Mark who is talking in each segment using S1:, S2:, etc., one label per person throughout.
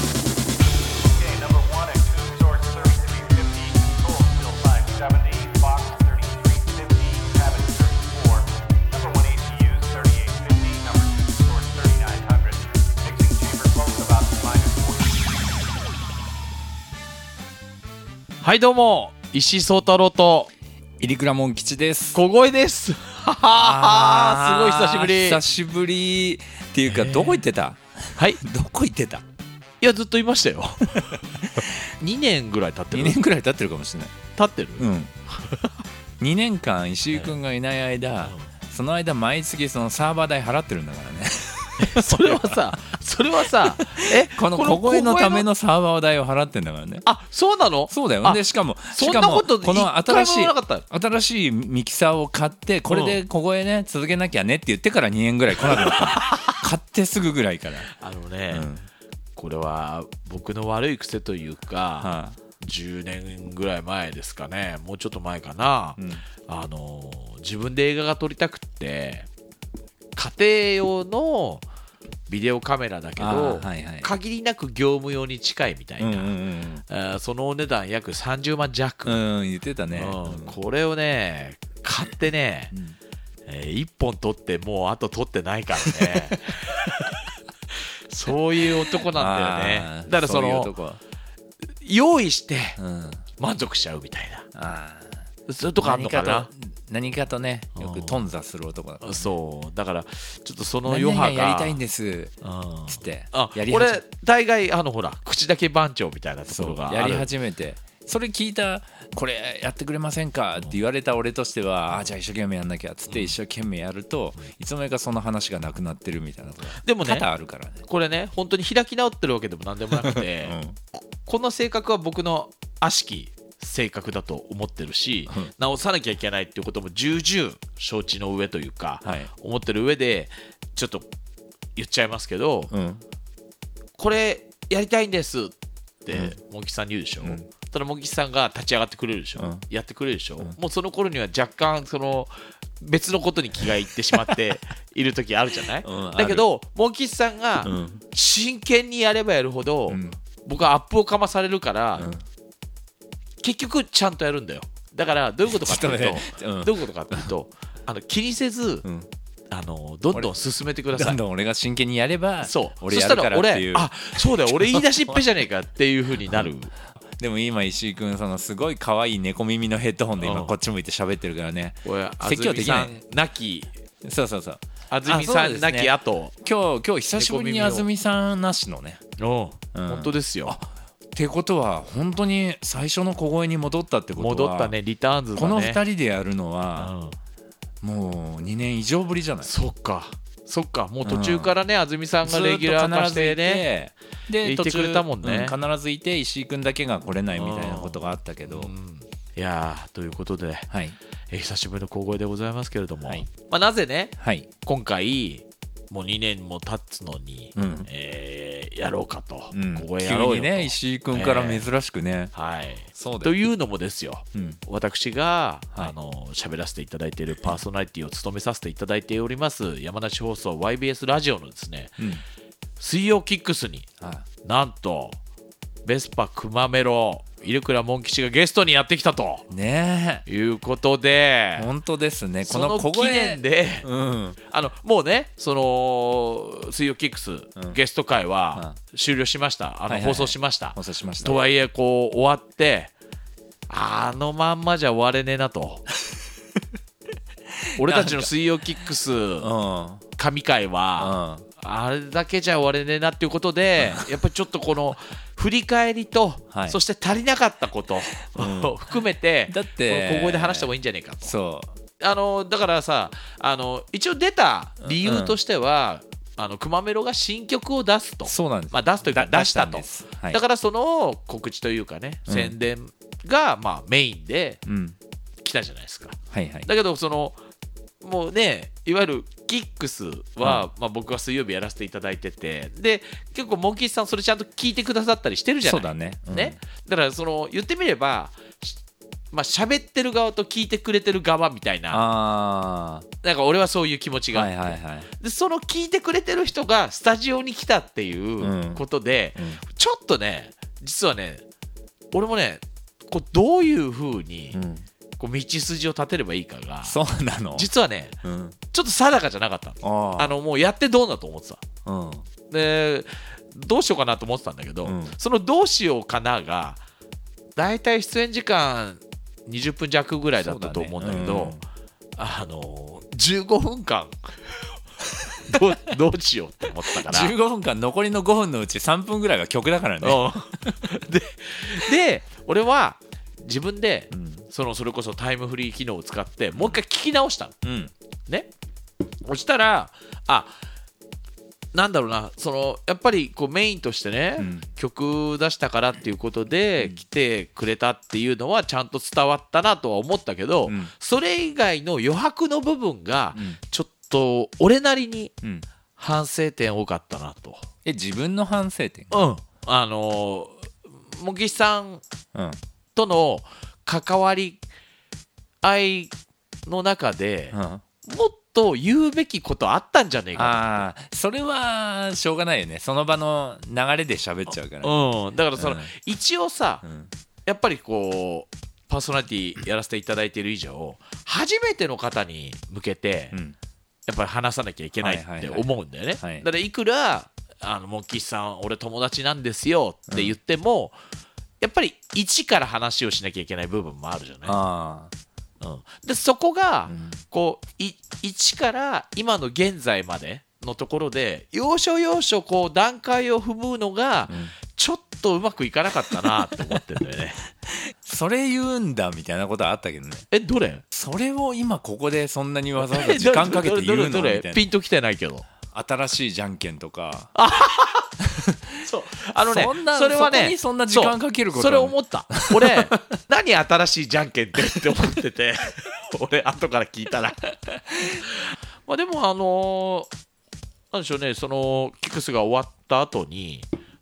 S1: Okay, number one at Coon Resort, serving to be 50, control still 570, Fox 3350, Cabin 34, number one ACU 3850, number two Resort 3900, mixing chamber close about minus 40.
S2: はいどうも石井聡太郎と
S3: イリクラモン吉です。
S2: 小声です ははははすごい久しぶり
S3: 久しぶりっていうか、どこ行ってた？
S2: はい
S3: どこ行ってた？
S2: いやずっといました よ2年ぐらい経って
S3: 2
S2: る
S3: 年くらい経ってるかもしれない。
S2: 経ってる、
S3: うん。2年間石井くんがいない間、その間毎月そのサーバー代払ってるんだからね。
S2: それはさそれは さえ
S3: この小声のためのサーバー代を払ってんだからね。
S2: あそうなの
S3: そうだよ
S2: あ
S3: でしかも
S2: そん
S3: し
S2: な
S3: かも
S2: こと
S3: この新し
S2: 一
S3: い
S2: 回もなかっ
S3: 新しいミキサーを買ってこれで小声ね続けなきゃねって言ってから2年ぐらい来なくなったの 買ってすぐぐらいから、
S2: あのね、
S3: うん
S2: これは僕の悪い癖というか、
S3: は
S2: 10年ぐらい前ですかねもうちょっと前かな、
S3: いうん
S2: あの自分で映画が撮りたくって家庭用のビデオカメラだけど、
S3: あーはいはい
S2: 限りなく業務用に近いみたいな、
S3: うんうん
S2: あーそのお値段約30万弱、
S3: うん、うん、言ってたね、
S2: うんこれをね買ってね、
S3: ん
S2: え1本取ってもうあと取ってないから ねそういう男なんだよね
S3: あー
S2: だからそう
S3: いう
S2: の
S3: 男
S2: 用意して
S3: うん、
S2: 満足しちゃうみたいな
S3: あ
S2: そういうとこあんのかな
S3: 何かとねよ
S2: う
S3: く
S2: ん
S3: 頓挫する男だから
S2: そうだからちょっとその
S3: 何
S2: 余
S3: 々
S2: 波が
S3: やりたいんです
S2: うん
S3: つって
S2: あ
S3: やり始め
S2: 俺大概あのほら口だけ番長みたいなとこ
S3: そ
S2: ろ
S3: う
S2: が
S3: や
S2: あ
S3: り
S2: る
S3: 始めてそれ聞いたこれやってくれませんかって言われた俺としてはあじゃあ一生懸命やんなきゃっつって一生懸命やるといつの間にかその話がなくなってるみたいなことが
S2: でもね
S3: 多々あるからね
S2: これね本当に開き直ってるわけでも何でもなく て、この性格は僕の悪しき性格だと思ってるし、
S3: うん
S2: 直さなきゃいけないっていうことも重々承知の上というか、
S3: はい
S2: 思ってる上でちょっと言っちゃいますけど、
S3: うん
S2: これやりたいんですって茂木さんに言うでしょ、
S3: ん
S2: ただ茂木さんが立ち上がってくれるでしょ、
S3: うん
S2: やってくれるでしょ、もうその頃には若干その別のことに気がいってしま っている時あるじゃない、
S3: うん
S2: だけど茂木さんが
S3: うん
S2: 真剣にやればやるほど、
S3: うん
S2: 僕はアップをかまされるから、
S3: うん
S2: 結局ちゃんとやるんだよだからどういうことかっていうと
S3: ちょっとねうん
S2: どういうことかっていうとあの気にせず、
S3: うん
S2: あのどんどん進めてくださ
S3: ど
S2: い
S3: んどん俺が真剣にやれば
S2: そう
S3: 俺
S2: そ
S3: や
S2: した
S3: るかららってい
S2: 俺
S3: う
S2: あそうだよ 俺言い出しっぺじゃねえかっていうふうになる
S3: でも今石井君そのすごい可愛い猫耳のヘッドホンで
S2: う
S3: 今
S2: ん
S3: こっち向いて喋ってるからね
S2: 俺安
S3: 説教
S2: 住
S3: できな
S2: さ
S3: い
S2: んなき
S3: そうそうそう
S2: 安住さ
S3: あそ
S2: ん
S3: うで
S2: な
S3: す
S2: き
S3: ね
S2: あと
S3: 今日今日久しぶりに
S2: 猫耳を
S3: 安住さんなしのねうん
S2: 本当ですよ
S3: ってことは本当に最初の小声に戻ったってことは
S2: 戻ったねリターンズだね
S3: この2人でやるのは
S2: うん
S3: もう2年以上ぶりじゃない
S2: そっかそっかもう途中からね安住さんが
S3: ずっと
S2: レギュラー化してね
S3: 必ずいてで
S2: いてくれたもんね
S3: 途中うん必ずいて石井君だけが来れないみたいなことがあったけど、
S2: うんいやーということで
S3: はい
S2: えー久しぶりの小声でございますけれども
S3: はい
S2: まあなぜね
S3: はい
S2: 今回もう2年も経つのに
S3: うん
S2: えーやろうかと
S3: うん
S2: ここへや
S3: 急
S2: ろうよ
S3: に
S2: と
S3: ね石井君から珍しくね、
S2: はい
S3: そうだ
S2: と
S3: よ
S2: いうのもですよ
S3: うん
S2: 私が、
S3: はい
S2: あの喋らせていただいているパーソナリティを務めさせていただいております山梨放送 YBS ラジオのですね
S3: うん
S2: 水曜キックスに
S3: は
S2: なんとベスパクマメロイルクラモン吉がゲストにやってきたと
S3: いね
S2: いうこと
S3: え
S2: で
S3: 本当ですねこ
S2: そ
S3: の
S2: の
S3: 小
S2: 記
S3: 声
S2: 念で
S3: うん
S2: あのもうねその水曜キックス、
S3: ん
S2: ゲスト会は終了しましたあ
S3: はいは
S2: の
S3: いは
S2: 放
S3: い
S2: 送しました
S3: 放送しました
S2: とはいえこう終わってあのまんまじゃ終われねえな と俺たちの水曜キックス
S3: うんうん
S2: 神回はあれだけじゃ終われねえなっていうことでやっぱりちょっとこの振り返りと、
S3: はい
S2: そして足りなかったことを 含めて、
S3: だって
S2: この小声で話した方がいいんじゃねえかと
S3: そ
S2: あのだからさあの一応出た理由としては、あのくまメロが新曲を出すと
S3: うそうなんです、
S2: まあ、出すというか
S3: だ
S2: 出したと
S3: 出したんですはい
S2: だからその告知というかね
S3: うん
S2: 宣伝がまあメインで
S3: うん
S2: 来たじゃないですか、
S3: はいはい
S2: だけどそのもうねいわゆるキックスは、まあ、僕は水曜日やらせていただいててで結構モンキーさんそれちゃんと聞いてくださったりしてるじゃな
S3: そ
S2: いう
S3: だねうん
S2: ね、だからその言ってみればしまあ喋ってる側と聞いてくれてる側みたいな
S3: あ
S2: なんか俺はそういう気持ち
S3: ー
S2: があっ
S3: は
S2: て、
S3: いはいはい
S2: でその聞いてくれてる人がスタジオに来たっていうことで、
S3: うん
S2: ちょっとね実はね俺もねこうどういうふうに
S3: うん、
S2: こう道筋を立てればいいかが、
S3: そうなの、
S2: 実はね
S3: うん、
S2: ちょっと定かじゃなかったの
S3: あー
S2: あのもうやってどうだと思ってた
S3: うん
S2: でどうしようかなと思ってたんだけど、
S3: うん
S2: そのどうしようかながだいたい出演時間20分弱ぐらいだったと思うんだけど
S3: そうだね
S2: あの15分間どう どうしようって思ったから
S3: 15分間残りの5分のうち3分ぐらいが曲だからね、
S2: うんでで俺は自分で、
S3: うん
S2: そのそれこそタイムフリー機能を使ってもう一回聞き直したの
S3: うん、
S2: ねそしたらあなんだろうなそのやっぱりこうメインとしてね、
S3: うん
S2: 曲出したからっていうことで来てくれたっていうのはちゃんと伝わったなとは思ったけど、
S3: うん
S2: それ以外の余白の部分が
S3: うん
S2: ちょっと俺なりに
S3: うん、
S2: 反省点多かったなと。
S3: え自分の反省点、
S2: うん、あのー茂木さん
S3: うん
S2: との関わり合いの中で、
S3: うん、あ
S2: もっと言うべきことあったんじゃねえか
S3: あーそれはしょうがないよねその場の流れで喋っちゃうから、ね
S2: な、うん、だからその、
S3: うん
S2: 一応さ
S3: うん
S2: やっぱりこうパーソナリティやらせていただいている以上初めての方に向けて、
S3: うん
S2: やっぱり話さなきゃいけない
S3: はい
S2: っ
S3: は
S2: て
S3: いはい
S2: 思うんだよね。
S3: はい
S2: だからいくらあのモッキーさん俺友達なんですよって言っても、やっぱり一から話をしなきゃいけない部分もあるじゃない。
S3: あ
S2: うん、でそこが、
S3: あ、うん
S2: こうい1から今の現在までのところで要所要所こう段階を踏むのが
S3: うん
S2: ちょっとうまくいかなかったなと思ってん だよね。
S3: それ言うんだみたいなことはあったけどね
S2: えどれ
S3: それを今ここでそんなにわざわざ時間かけて言
S2: え
S3: うのみ
S2: どれど
S3: た
S2: れ
S3: い
S2: どれ
S3: な
S2: ピンときてないけど。
S3: 新しいじゃんけんとか
S2: そうあのね
S3: そんな
S2: れはね
S3: そこにそんな時間かけること
S2: そ
S3: は
S2: うそれ思った 俺何新しいじゃんけんってって思って て俺後から聞いたら まあでもあのーなんでしょうねそのキクスが終わった後に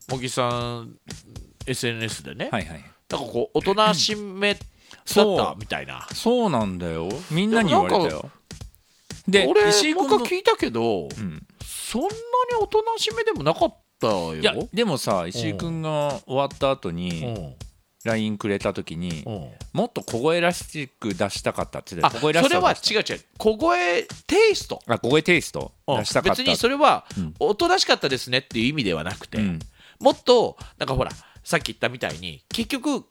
S2: 茂木さん SNS でね、
S3: はいはい
S2: なんかこうおとなしめだったみたいな
S3: そうなんだよみんなに言われた
S2: でも
S3: よで
S2: 俺
S3: 石井
S2: もう
S3: 君
S2: 一
S3: の
S2: 回聞いたけど、
S3: うん
S2: そんなにおとなしめでもなかったよ
S3: いやでもさ石井君が終わった後に LINE くれた時に
S2: うんうん
S3: もっと小声らしく出したかったって言
S2: あ
S3: ってた小
S2: そ
S3: 声らし
S2: れ
S3: さを
S2: は
S3: 出した
S2: 違う違う小声テイスト
S3: あ小声テイスト出したかった
S2: 別にそれは
S3: うん
S2: おとなしかったですねっていう意味ではなくて、
S3: うん
S2: もっとなんかほらさっき言ったみたいに結局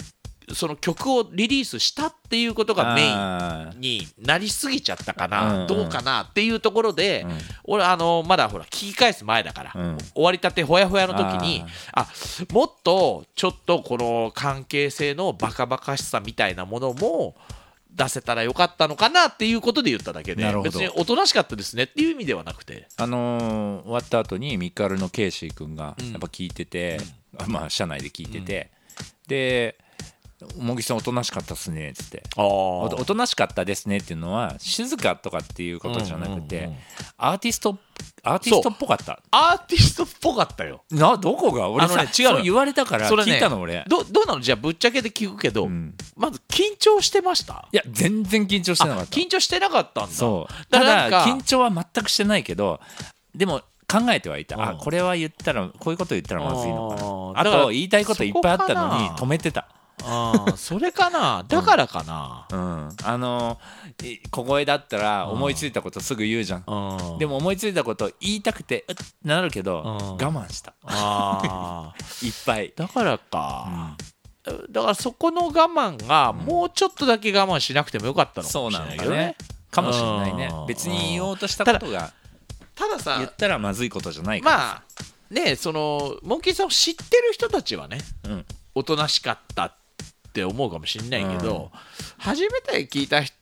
S2: その曲をリリースしたっていうことがメイ
S3: あ
S2: ンになりすぎちゃったか
S3: うんう
S2: な、
S3: ん
S2: どうかなっていうところで、
S3: うん
S2: 俺あのまだほら聞き返す前だから、
S3: うん
S2: 終わりたてほやほやの時にあもっとちょっとこの関係性のバカバカしさみたいなものも出せたらよかったのかなっていうことで言っただけで
S3: なるほど
S2: 別におとなしかったですねっていう意味ではなくて。
S3: あのー終わった後にミカルのケイシー君が
S2: うん
S3: やっぱ聞いてて、あまあ社内で聞いてて、で「茂木さんおとなしかったっすね」っつって
S2: あ
S3: 「おおとなしかったですね」っていうのは静かとかっていうことじゃなくて、
S2: うんうんうん
S3: アーティストアーティストっぽかった
S2: アーティストっぽかったよ
S3: などこが俺
S2: あの
S3: さ、
S2: ね違うのよ
S3: そう言われたから
S2: それね
S3: 聞いたの俺、
S2: どどうなのじゃあぶっちゃけで聞くけど、
S3: うん
S2: まず緊張してました
S3: いや全然緊張してなか
S2: あ
S3: った
S2: 緊張してなかったんだ
S3: そう
S2: だ
S3: た
S2: からな
S3: だ
S2: んか
S3: 緊張は全くしてないけどでも考えてはいた、あ
S2: うん
S3: これは言ったらこういうこと言ったらまずいのか
S2: あー
S3: な
S2: だか
S3: あ
S2: ら
S3: と言いたいこといっぱいあったのに
S2: そこかな
S3: 止めてた、
S2: あーそれかなだからかな
S3: う、ん、あのい小声だったら思いついたことすぐ言うじゃん、
S2: うん
S3: でも思いついたこと言いたくてうっなるけ
S2: う
S3: ど、
S2: ん
S3: 我慢した
S2: あー
S3: いっぱい、
S2: だから
S3: う
S2: か、
S3: ん
S2: だからそこの我慢がもうちょっとだけ我慢しなくてもよかったのか
S3: そ
S2: も
S3: う
S2: しれ
S3: な
S2: ない
S3: ん
S2: け
S3: だ
S2: どね
S3: ねかもしれないね
S2: うん
S3: 別に言おうとしたことが
S2: ただ
S3: 言っ
S2: さ
S3: たらまずいことじゃないから
S2: まあねそのモンキーさんを知ってる人たちはね
S3: うん
S2: おとなしかったって思うかもしれないけど、初めて聞いた人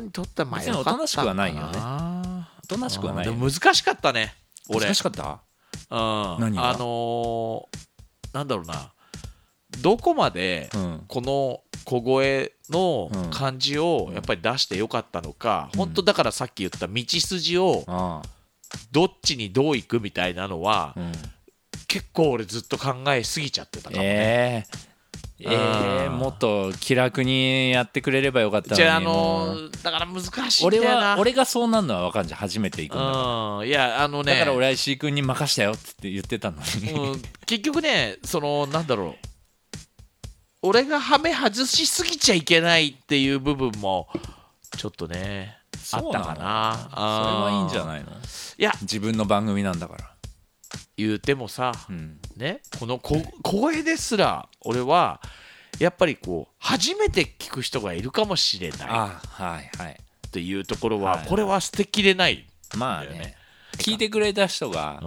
S2: にとってはまあ
S3: 別に
S2: よ
S3: お
S2: かっ
S3: と
S2: た
S3: なしくはないよね
S2: ね
S3: おとなしくはない
S2: で
S3: よ
S2: も難しかったね俺
S3: 難しかった
S2: うん、
S3: 何が
S2: あのーなんだろうなどこまで
S3: うん
S2: この小声の感じを
S3: うん
S2: やっぱり出してよかったのか、
S3: うん
S2: 本当だからさっき言った道筋を
S3: あ
S2: どっちにどう行くみたいなのは
S3: あ、うん
S2: 結構俺ずっと考えすぎちゃってたかもね、
S3: えええー、もっと気楽にやってくれればよかったのに
S2: じゃあ、あ
S3: も
S2: の
S3: う
S2: ーだから難しいんだ
S3: 俺
S2: よな。
S3: は俺がそうなんのは分かんじゃん初めて行くんだから
S2: うん、いや、あのね、
S3: だから俺は石井君に任したよっつって言ってたのに、
S2: うん、結局ね、その、なんだろう。俺がハメ外しすぎちゃいけないっていう部分も、ちょっとね、あ
S3: そう
S2: った
S3: なの
S2: かな。
S3: それ
S2: あー
S3: はいいんじゃないの
S2: いや、
S3: 自分の番組なんだから、
S2: 言うてもさ、
S3: うん、
S2: ね、このこ小声ですら、俺は、やっぱりこう、初めて聞く人がいるかもしれない
S3: あはいはい
S2: っていうところは、
S3: はい
S2: これは捨てきれない。
S3: まあ
S2: だよ
S3: ね
S2: ね
S3: 聞いてくれた人が、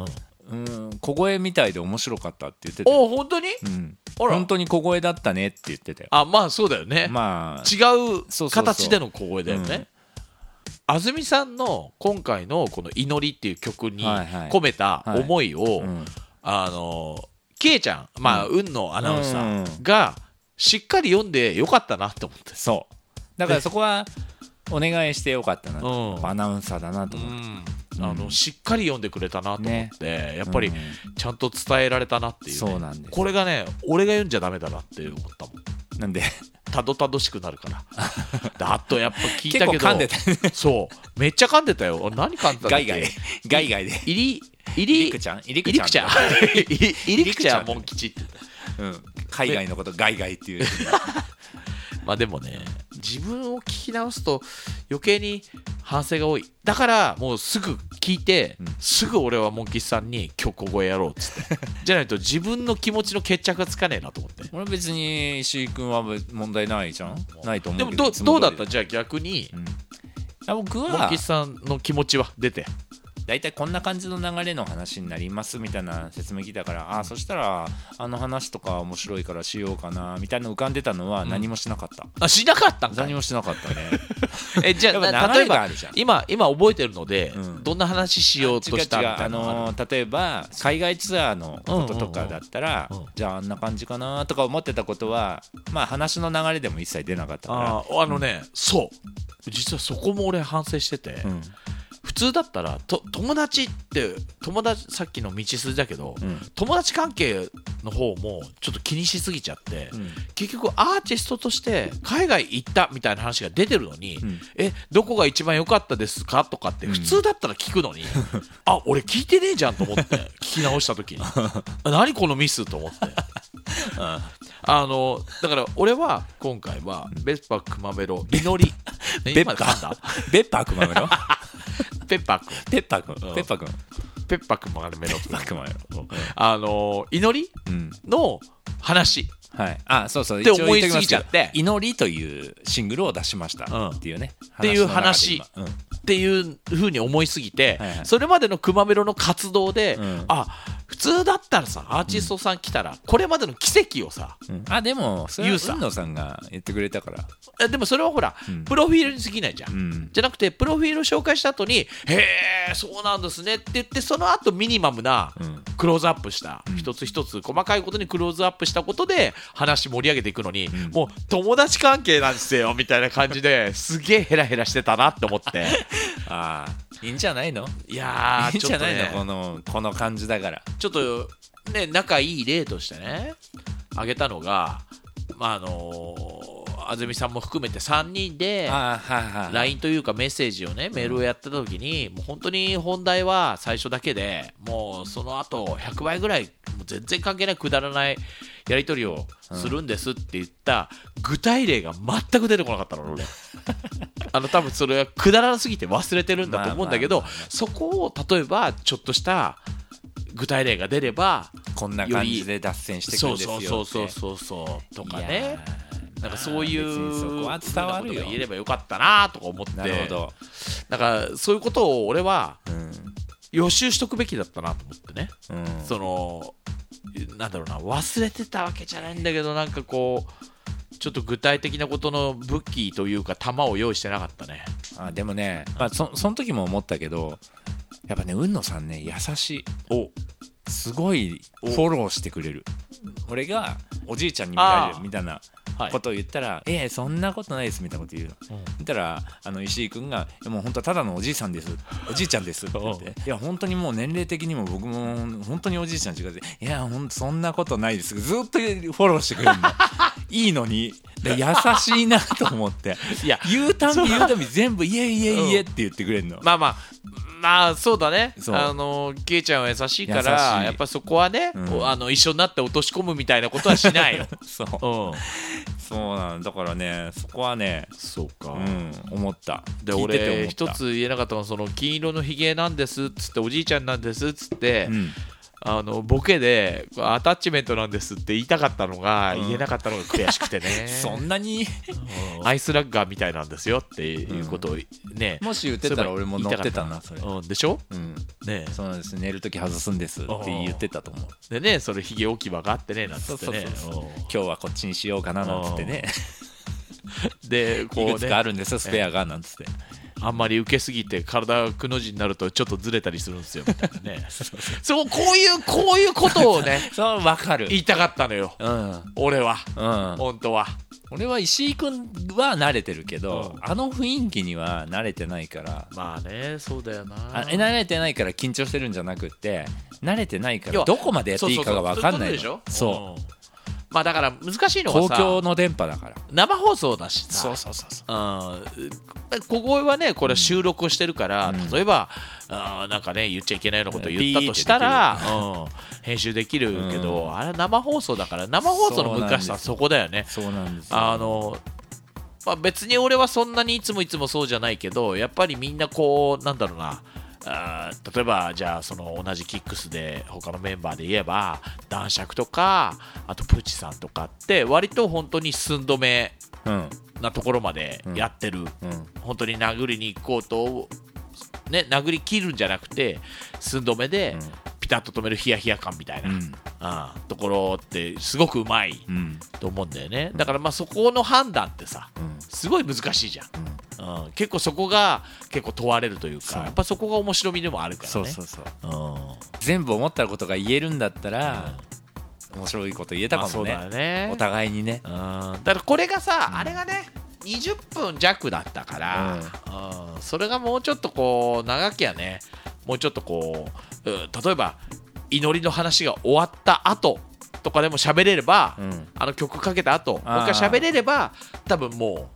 S3: うん、小声みたいで面白かったって言ってたよ、
S2: お本当に
S3: うん、
S2: あら
S3: 本当に小声だったねって言ってたよ
S2: あ、まあそうだよね。
S3: まあ
S2: 違
S3: そうそうそう
S2: う形での小声だよね。
S3: うん
S2: 安住さんの今回のこの「祈り」っていう曲に
S3: はいはい
S2: 込めた思いを、
S3: うん
S2: あのけいちゃんまあ、うん、のアナウンサ
S3: う
S2: ー
S3: ん
S2: がしっかり読んでよかったなって思って、
S3: そうだからそこはお願いしてよかったなと、
S2: うん
S3: アナウンサーだなと思って、
S2: あのしっかり読んでくれたなと思って、やっぱり
S3: うん
S2: ちゃんと伝えられたなっていう,、
S3: そうなんです
S2: これがね俺が読んじゃダメだなって思ったもん
S3: なんで
S2: たどたどしくなる からであとやっぱ聞いたけど
S3: 結構噛んでたね
S2: そうめっちゃ噛んでたよ俺何噛んでたんだっ
S3: ガ
S2: け
S3: イガイガイガイで
S2: 入り入
S3: イ
S2: り
S3: リクちゃんイリ
S2: 入り口は入り口はモン吉って
S3: うん、海外のことガイガイっ ていう
S2: まあでもね自分を聞き直すと余計に反省が多いだからもうすぐ聞いて、すぐ俺はモン吉さんに今日ここやろうっつ ってじゃないと自分の気持ちの決着がつかねえなと思って
S3: 俺別に石井君は問題ないじゃんないと思う
S2: で
S3: け
S2: も
S3: ど
S2: どうどうだった
S3: い
S2: じゃあ逆に、
S3: や僕
S2: モン
S3: は
S2: 吉さんの気持ちは出て
S3: 大体こんな感じの流れの話になりますみたいな説明聞いたからああそしたらあの話とか面白いからしようかなみたいなの浮かんでたのは何もしなかった、
S2: あしなかったんかい
S3: 何もしなかったね
S2: えじゃ
S3: やっぱ
S2: あ
S3: 流
S2: 例
S3: れ
S2: え
S3: があ
S2: ば
S3: るじゃん
S2: 今今覚えてるので、
S3: うん
S2: どんな話しようとしたみ
S3: 違う違う
S2: た
S3: あ
S2: いなのがある
S3: のー例えば海外ツアーのこととかだったら、
S2: うんうんうんうん
S3: じゃああんな感じかなとか思ってたことはまあ話の流れでも一切出なかったか
S2: あーあのね、そう実はそこも俺反省してて、
S3: ら うん
S2: 普通だったらと友達って友達さっきの道筋だけど、
S3: うん
S2: 友達関係の方もちょっと気にしすぎちゃって、
S3: うん
S2: 結局アーティストとして海外行ったみたいな話が出てるのに、
S3: ん
S2: えどこが一番良かったですかとかって普通だったら聞く のに、あ俺聞いてねえじゃんと思って聞き直した 時に何このミスと思って。あのだから俺は今回は「ベッパ熊ベロ祈り」ね
S3: ペ
S2: 今
S3: ッパ
S2: 噛んだ
S3: ーペッパー熊めろ
S2: ペッパ君
S3: ペッパー君
S2: うん
S3: ペッパー君
S2: ペッパ君マメロ
S3: ペッパー熊めろ
S2: あの祈り
S3: うん
S2: の話
S3: はい、あそうそう
S2: って
S3: 一応言っときます
S2: 思
S3: けど
S2: いすぎちゃって
S3: 祈り」というシングルを出しました
S2: うん
S3: っていうね、
S2: ていう
S3: の中で今
S2: っていう風に思いすぎて、
S3: はいはい
S2: それまでのくまメロの活動で、
S3: うん
S2: あ普通だったらさアーティストさん来たら、これまでの奇跡をさ
S3: うんうんあでもそれは
S2: ユウさん
S3: 海野さんが言ってくれたから、
S2: えでもそれはほら、
S3: うん
S2: プロフィールに過ぎないじゃん、
S3: うん
S2: じゃなくてプロフィールを紹介した後に「へえそうなんですね」って言ってその後ミニマムな
S3: うん
S2: クローズアップした、一つ一つ細かいことにクローズアップしたことで話盛り上げていくのに、もう友達関係なんですよみたいな感じですげえヘラヘラしてたなって思って。
S3: あいいんじゃないの
S2: いやー
S3: いいんじゃないの、
S2: ちょっとね
S3: このこの感じだから
S2: ちょっとね仲いい例としてね挙げたのが、まああの安住さんも含めて3人で
S3: あはいはい
S2: LINE というかメッセージをねメールをやってた時にもう本当に本題は最初だけでもうその後100倍ぐらいもう全然関係ないくだらないやり取りをするんですって言った具体例が全く出てこなかったの 俺あの多分それはくだらなすぎて忘れてるんだと思うんだけど
S3: まあまあまあ
S2: そこを例えばちょっとした具体例が出れば
S3: こんな感じで脱線してく
S2: そ
S3: るん
S2: う
S3: ですよ
S2: そ
S3: っ
S2: う
S3: て
S2: そうそうそうそうとか
S3: いや
S2: ね
S3: ー
S2: なんかそうい
S3: まあ別に
S2: う
S3: そこは伝わる
S2: ふうなこと
S3: よ
S2: が言えればよかったなとか思って
S3: なるほど、
S2: だからそういうことを俺は
S3: うん
S2: 予習しとくべきだったなと思ってね、
S3: うん
S2: そのなんだろうな忘れてたわけじゃないんだけどなんかこうちょっと具体的なことの武器というか弾を用意してなかったね
S3: あでもね、まあ、そその時も思ったけどやっぱね海野さんね優しい
S2: お
S3: すごいフォローしてくれる俺がおじいちゃんに見
S2: あ
S3: ら
S2: ー
S3: れるみたいな
S2: はい
S3: ことを言ったら「ええそんなことないです」みたいなこと言うの、
S2: うん
S3: 言ったらあの石井君が「いやもう本当はただのおじいさんですおじいちゃんです」って言って「いや本当にもう年齢的にも僕 も本当におじいちゃん違っていやほんとそんなことないです」ずっとフォローしてくれるんだいいのにで優しいなと思って
S2: いや
S3: 言うたんび言うたんび 全部「いえいえいえ」って言ってくれるの、
S2: まあまあまあそうだね
S3: そう
S2: あのケイちゃんは優しいか
S3: 優し
S2: ら
S3: い
S2: やっぱそこはね、
S3: うん
S2: おあの一緒になって落とし込むみたいなことはしないよ
S3: そう
S2: うん
S3: そうなんだからねそこはね
S2: そうか
S3: うん思った
S2: で
S3: 聞いてて思
S2: 俺
S3: った
S2: 一つ言えなかったのはその金色のひげなんですっつっておじいちゃんなんですっつって、
S3: うん
S2: あのボケでアタッチメントなんですって言いたかったのが、
S3: うん
S2: 言えなかったのが悔しくてね
S3: そんなに
S2: アイスラッガーみたいなんですよっていうことをね、
S3: もし言ってたら俺も乗ってたなそれ
S2: うん、でしょ
S3: うん
S2: ね
S3: そうなんです寝るとき外すんですって言ってたと思う
S2: でねそれひげ置き場があってねなんつ
S3: そう
S2: って
S3: そう
S2: ね
S3: そう今日はこっちにしようかななんつってね
S2: うんでこ
S3: いうくつ
S2: ね
S3: かあるんですよスペアがなんつって
S2: あんまり受けすぎて体がくの字になるとちょっとずれたりするんですよみたいな ねそうこういうこういうことをね
S3: そうわかる
S2: 言いたかったのよ
S3: うんうん
S2: 俺は本当は
S3: 俺は石井君は慣れてるけど
S2: う
S3: あの雰囲気には慣れてないから
S2: まあねそうだよな
S3: あえ慣れてないから緊張してるんじゃなくって慣れてないか
S2: 要
S3: ら
S2: は
S3: どこまでやっていいかがわかんな
S2: そうそうそう
S3: い
S2: そういうことでしょ
S3: そう
S2: うんまあだから難しいの
S3: 公
S2: は
S3: 共
S2: さ
S3: の電波だから
S2: 生放送だしさ
S3: そうそうそ
S2: うんここはねこれは収録をしてるから、例えばあーなんかね言っちゃいけないようなことを言ったとしたら、うん編集できるけど、あれは生放送だから生放送の難しさはそこだよね。
S3: そうなんですよ
S2: あのまあ、別に俺はそんなにいつもいつもそうじゃないけどやっぱりみんなこうなんだろうなあー例えばじゃあその同じキックスで他のメンバーで言えば男爵とかあとプチさんとかって割と本当に寸止め
S3: うん
S2: なところまでやってる、
S3: うん
S2: 本当に殴りに行こうと、ね、殴り切るんじゃなくて寸止めで
S3: うん
S2: ピタッと止めるヒヤヒヤ感みたいな、
S3: う
S2: うん
S3: ん
S2: ところってすごくうまい
S3: うん
S2: と思うんだよねだからまあそこの判断ってさ
S3: うん
S2: すごい難しいじゃん、うん結構そこが結構問われるという
S3: そう
S2: かやっぱそこが面白みでもあるからね
S3: そうそうそう
S2: うん
S3: 全部思ったことが言えるんだったら面白いこと言えた
S2: ま
S3: か
S2: あそ
S3: も
S2: うだ
S3: ね
S2: よね
S3: お互いにね
S2: うんだからこれがさ、あれがね20分弱だったから、うんそれがもうちょっとこう長きゃねもうちょっとこう、うん例えば祈りの話が終わった後とかでも喋れれば、
S3: うん
S2: あの曲かけた後もう一
S3: あー
S2: 回喋れれば多分も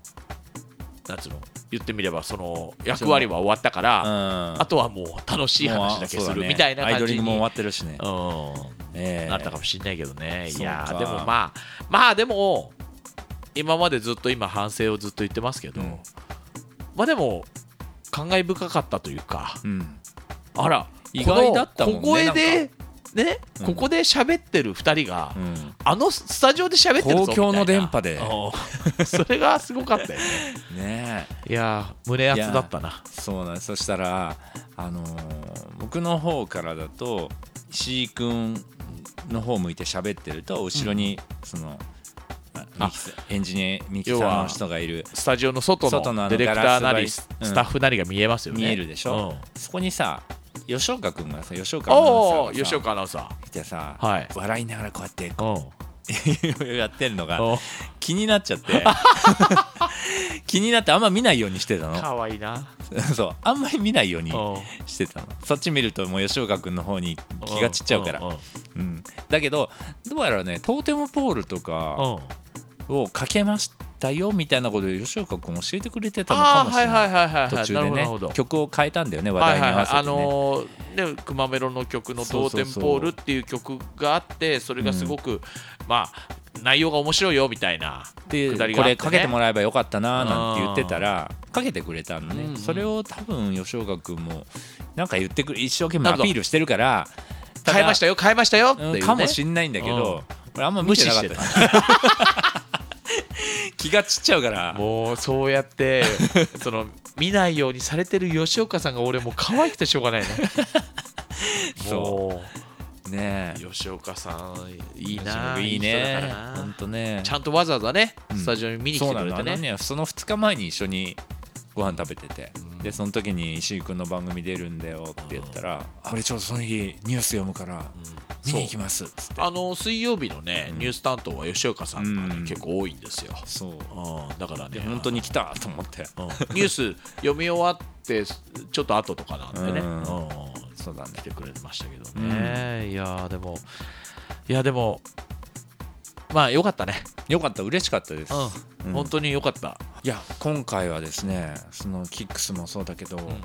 S2: うなんつうの言ってみればその役割は終わったから、
S3: あ
S2: あとはもう楽しい話だけするみたいな
S3: アイド
S2: 感
S3: リ
S2: じ
S3: ングも終
S2: に
S3: わってるしね
S2: うん
S3: ええ
S2: なったかもしれないけどね、いや
S3: そう
S2: ーで
S3: か
S2: もまあまあでも今までずっと今反省をずっと言ってますけど、
S3: うん
S2: まあでも感慨深かったというか
S3: うん
S2: あら
S3: 意外だったもんね
S2: このここへでね
S3: うん
S2: ここで喋ってる2人が、
S3: うん
S2: あのスタジオで喋ってるぞみたいな
S3: 公共の電波で
S2: うんそれがすごかったよね
S3: ねえ
S2: いやー胸熱だったな
S3: そうなんですそしたらあのー僕の方からだと石井君の方向いて喋ってると後ろにそのあ
S2: あ
S3: ミキさんエンジニアミキサーの人がいる
S2: スタジオの外
S3: 外
S2: の
S3: のあの
S2: ディレクターな
S3: ガラ
S2: り
S3: ス
S2: ス
S3: 張りうん
S2: タッフなりが見えますよね
S3: 見えるでしょ、
S2: うん
S3: そこにさ吉岡君がさ吉岡アナウン
S2: おお
S3: サーが
S2: 吉
S3: さ
S2: 岡アナウンサ
S3: 来てさ、
S2: はい
S3: 笑いながらこうやって
S2: ーうん
S3: こうやってるの
S2: う
S3: が
S2: ん
S3: 気になっちゃって 気になってあんま見ないようにしてたの
S2: かわいいな
S3: そうあんまり見ないように
S2: うん
S3: してたのそっち見るともう吉岡君の方に気が散っちゃうから、
S2: んん
S3: うん、だけどどうやらねトーテムポールとか
S2: うん
S3: をかけましたよみたいなことで吉岡君教えてくれてたのか
S2: ああ
S3: もし
S2: はい
S3: れな
S2: はいいはいはい
S3: 途
S2: はい
S3: 中
S2: なるほど
S3: で
S2: なる
S3: ね
S2: ほど
S3: 曲を変えたんだよね話
S2: は
S3: 題
S2: い
S3: に
S2: はい
S3: 合
S2: は
S3: わ
S2: い
S3: せて、ね
S2: あのーね「くまメロ」の曲の「
S3: そう
S2: 当
S3: そう
S2: 店
S3: そう
S2: ポール」っていう曲があってそれがすごく、まあ内容が面白いよみたいな
S3: で、
S2: くだり
S3: こ
S2: があって、ね、
S3: れかけても
S2: ら
S3: らえばよかったななんて言ってたらかけてくれたのね、
S2: うんうん
S3: それを多分吉岡君もなんか言ってくる一生懸命
S2: なる
S3: ア
S2: ほど
S3: ピールしてるから
S2: 変えましたたよ変えましたよって
S3: だ
S2: いう、ね
S3: かもしんないんだけど、俺あんま無
S2: 無
S3: 視
S2: 視
S3: し
S2: してて
S3: な
S2: た
S3: かった気が散っちゃうから
S2: もうそうやって その見ないようにされてる吉岡さんが俺もう可愛くてしょう がないねも
S3: ね
S2: う吉岡さんい
S3: え
S2: いない
S3: いい
S2: 人だか
S3: ね
S2: ら
S3: ほん
S2: な
S3: とね
S2: ちゃんとわざわざね
S3: うん
S2: スタジオに見に来
S3: そ
S2: て
S3: うな
S2: くれ
S3: の
S2: て
S3: あの
S2: ね、
S3: ねその2日前に一緒にご飯食べてて、でその時に石井君の番組出るんだよって言ったら「俺ちょっとその日ニュース読むから見に行きます」っつって
S2: あの水曜日のね、ニュース担当は吉岡さんが、ね
S3: うん
S2: 結構多いんですよ、
S3: そう
S2: うん、だからね
S3: 本当に来たと思って
S2: あのうんニュース読み終わってちょっと後とかなんでね、
S3: う
S2: うんん
S3: そうだね
S2: 来てくれてましたけどね、いやーでもいやでもまあよかったね、
S3: よかった嬉しかったです、
S2: うん
S3: うん
S2: 本当によかった
S3: いや今回はですねそのキックスもそうだけど、
S2: ん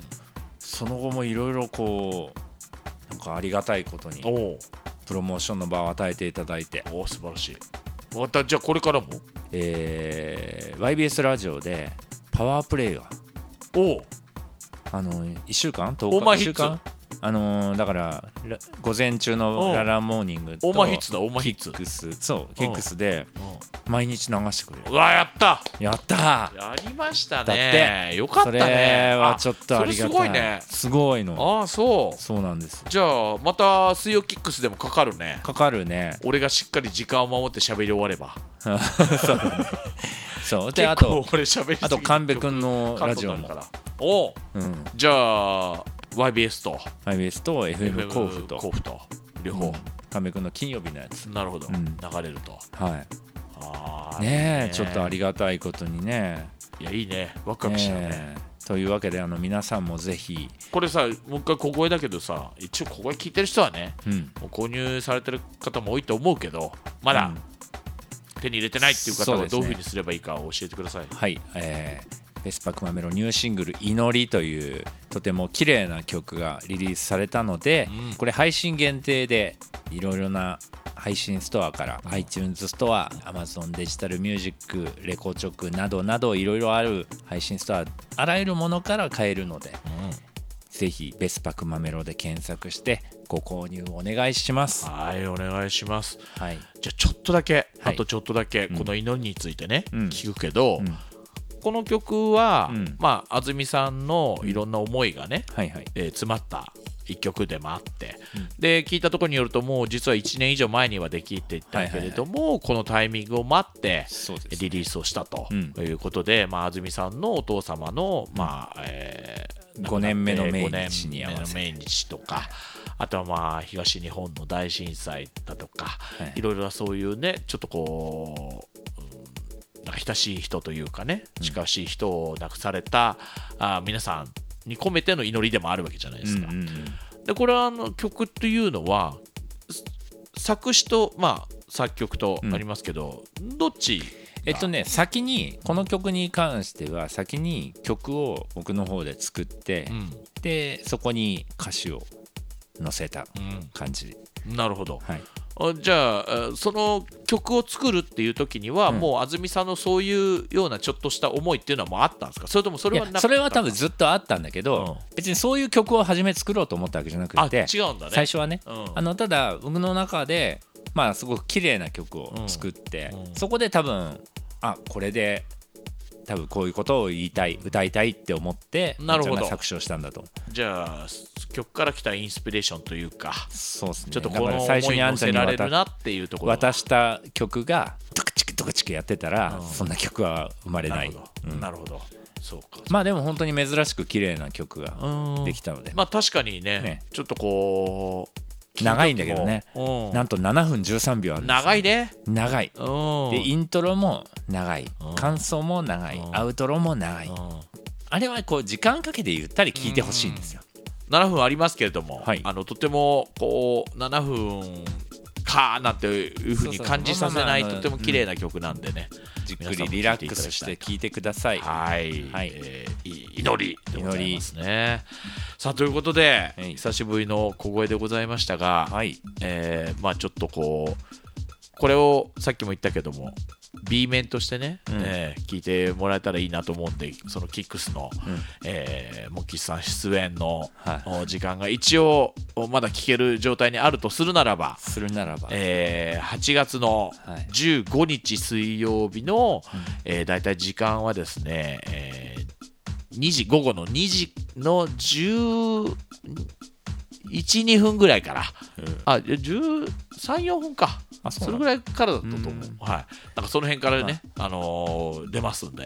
S3: その後もいろいろこうなんかありがたいことに
S2: お
S3: プロモーションの場を与えていただいて、
S2: お素晴らしいまたじゃあこれからも
S3: えー YBS ラジオでパワープレイが
S2: おう
S3: あの1週間
S2: オ
S3: 10
S2: ー
S3: 日
S2: マー
S3: 1
S2: ヒッ
S3: 週
S2: ツ
S3: 間あのーだからら午前中のララモーニングと
S2: オーマーヒッツだオーマーヒッツ
S3: キックスそうキックスで毎日流してくれる
S2: うわやった
S3: やったー
S2: やりました
S3: だ
S2: ね
S3: っ
S2: よかった
S3: そ
S2: ね
S3: れはちょっと
S2: あ
S3: あり
S2: それす
S3: がたい
S2: ごいね
S3: すごいの
S2: ああそう
S3: そうなんです
S2: じゃあまた水曜キックスでもかかるね
S3: かかるね
S2: 俺がしっかり時間を守って喋り終われば
S3: そうだねそうで
S2: 結
S3: あ
S2: 構
S3: と
S2: 俺喋りすぎ
S3: あと神戸君のラジオも
S2: カットになるからおう
S3: うん
S2: じゃあ YBS と
S3: IBS と FM 甲府と
S2: 甲府と両
S3: うん
S2: 方、
S3: 神戸君の金曜日のやつ
S2: なるほど、
S3: うん
S2: 流れると
S3: はい
S2: あー
S3: ねえちょっとあ
S2: り
S3: りがたいことにね
S2: いやいいねワクワクしたね
S3: ええというわけであの皆さんもぜひ、
S2: これさもう一回小声だけどさ一応小声聞いてる人はね
S3: うん、
S2: もう購入されてる方も多いと思うけどまだ手に入れてないっていう方
S3: そう
S2: は
S3: ですね
S2: どういうふうにすればいいか教えてください、
S3: はい、えー、ベスパクマメロニューシングル「祈り」というとても綺麗な曲がリリースされたので、
S2: うん
S3: これ配信限定でいろいろな配信ストアから、iTunes ストア Amazon デジタルミュージックレコチョクなどなどいろいろある配信ストアあらゆるものから買えるのでぜひ「ベスパクマメロ」で検索してご購入お願いします。
S2: はいお願いします
S3: はい、
S2: じゃあちょっとだけ、
S3: はい
S2: あとちょっとだけこの祈りについてね、
S3: うん
S2: 聞くけど、
S3: うん
S2: この曲は、
S3: うん
S2: まあ安住さんのいろんな思いがね、
S3: はい、はい
S2: えー詰まった一曲でもあって、で聞いたところによるともう実は1年以上前にはできていたけれども、このタイミングを待って
S3: そうです
S2: リリースをしたと
S3: うん
S2: いうことで、まあ、安住さんのお父様の、まあえ
S3: 5年目の
S2: ー
S3: 命
S2: 5年
S3: 日に合
S2: 目
S3: わ
S2: の
S3: せ
S2: 命日とかあとはまあ東日本の大震災だとか、
S3: はい
S2: い、ろいろなそういうねちょっとこう、うんなんか親しい人というかね近しい人を亡くされた、あー皆さんに込めての祈りでもあるわけじゃないですか。
S3: うんうんうん
S2: でこれはあの曲というのはす作詞と、まあ、作曲とありますけど、どっちが
S3: えっとね先にこの曲に関しては先に曲を僕の方で作って、
S2: う
S3: でそこに歌詞を載せた
S2: ん
S3: 感じ、
S2: うん、なるほど、
S3: はい、
S2: あじゃあえーその曲を作るっていう時には、
S3: うん
S2: もう安住さんのそういうようなちょっとした思いっていうのはもうあったんですかそれともそ
S3: い
S2: れはなかった
S3: やそれは多分ずっとあったんだけど、別にそういう曲を初め作ろうと思ったわけじゃな
S2: あ
S3: くて、
S2: 違うんだね
S3: 最初はね、
S2: うん
S3: あのただ僕の中でまあすごく綺麗な曲を作って、
S2: うんうん
S3: そこで多分あこれで多分こういうことを言いたい歌いたいって思って
S2: なるほど
S3: こちらが作詞をしたんだと
S2: じゃあす曲から来たインスピレーションというか
S3: そうですね
S2: ちょっと
S3: だ
S2: こ
S3: か
S2: の
S3: ら
S2: 思
S3: 最初
S2: い
S3: に
S2: に
S3: あん
S2: 乗
S3: ちゃん
S2: せ
S3: に
S2: られ
S3: 渡
S2: るなっていうところ
S3: 渡した曲がトクチクトクチクやってたら、そんな曲は生まれ
S2: な
S3: な
S2: る
S3: い
S2: ほど、なるほどそうか
S3: まあでも本当に珍しく綺麗な曲が
S2: うん
S3: できたので、
S2: まあ確かにね
S3: ね
S2: ちょっとこう
S3: 長いんだけどね
S2: うん
S3: なんと7分13秒あるんですよ
S2: 長いね
S3: 長い
S2: うん
S3: でイントロも長い
S2: うん
S3: 感想も長い
S2: うん
S3: アウトロも長い
S2: うん
S3: あれはこう時間かけてゆったり聴いてほしいんですよ
S2: 7分ありますけれども、
S3: はい
S2: あのとてもこう7分かーなんていうふうに感じさせない
S3: そうそうそうまあまあ
S2: とても綺麗な曲なんでね、
S3: じっ
S2: 皆
S3: く
S2: さん
S3: り
S2: も
S3: リラックスして聴いてください
S2: はい、
S3: はい
S2: えーい祈りでございますねさあということで、
S3: はい
S2: 久しぶりの小声でございましたが、
S3: はい
S2: えーまあちょっとこうこれをさっきも言ったけども B 面としてね、
S3: ん
S2: えー聞いてもらえたらいいなと思うんでそのキックスの、えーモッキーさん出演の、
S3: は
S2: お時間が一応おまだ聞ける状態にあるとするならば、
S3: するならば
S2: えー8月の
S3: はい
S2: 15日水曜日の、えー、大体時間はですね、えー2時午後の2時の10 12分ぐらいから、あ134分か
S3: あ
S2: そ
S3: そうな
S2: れ
S3: んだ
S2: ぐらいからだったと思う、はい、なんかその辺からね、あのー出ますんで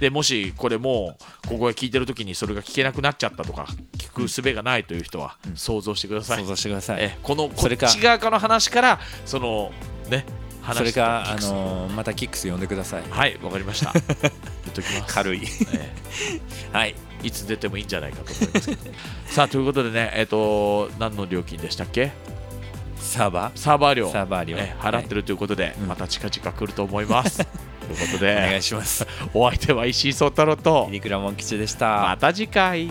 S2: でもしこれもうここが聞いてる時にそれが聞けなくなっちゃったとか聞く術がないという人は想像してください、
S3: 想像してください
S2: えこのこ
S3: それ
S2: っ
S3: か
S2: ち側からの話からそのね話
S3: それか
S2: と聞
S3: あ
S2: くと
S3: のーまたキックス呼んでください
S2: はいわかりました言っときます
S3: 軽い
S2: え
S3: はい
S2: えいつ出てもいいん じゃないかと思いますけどさあということでねえっ、と何の料金でしたっけ
S3: サーバー
S2: サーバー料
S3: サーバー料
S2: え払ってるということで、
S3: うん
S2: また近々来ると思い ますということ
S3: お願い
S2: で
S3: します
S2: お相手は石井聡太郎と
S3: 入倉モン吉でした
S2: また次回。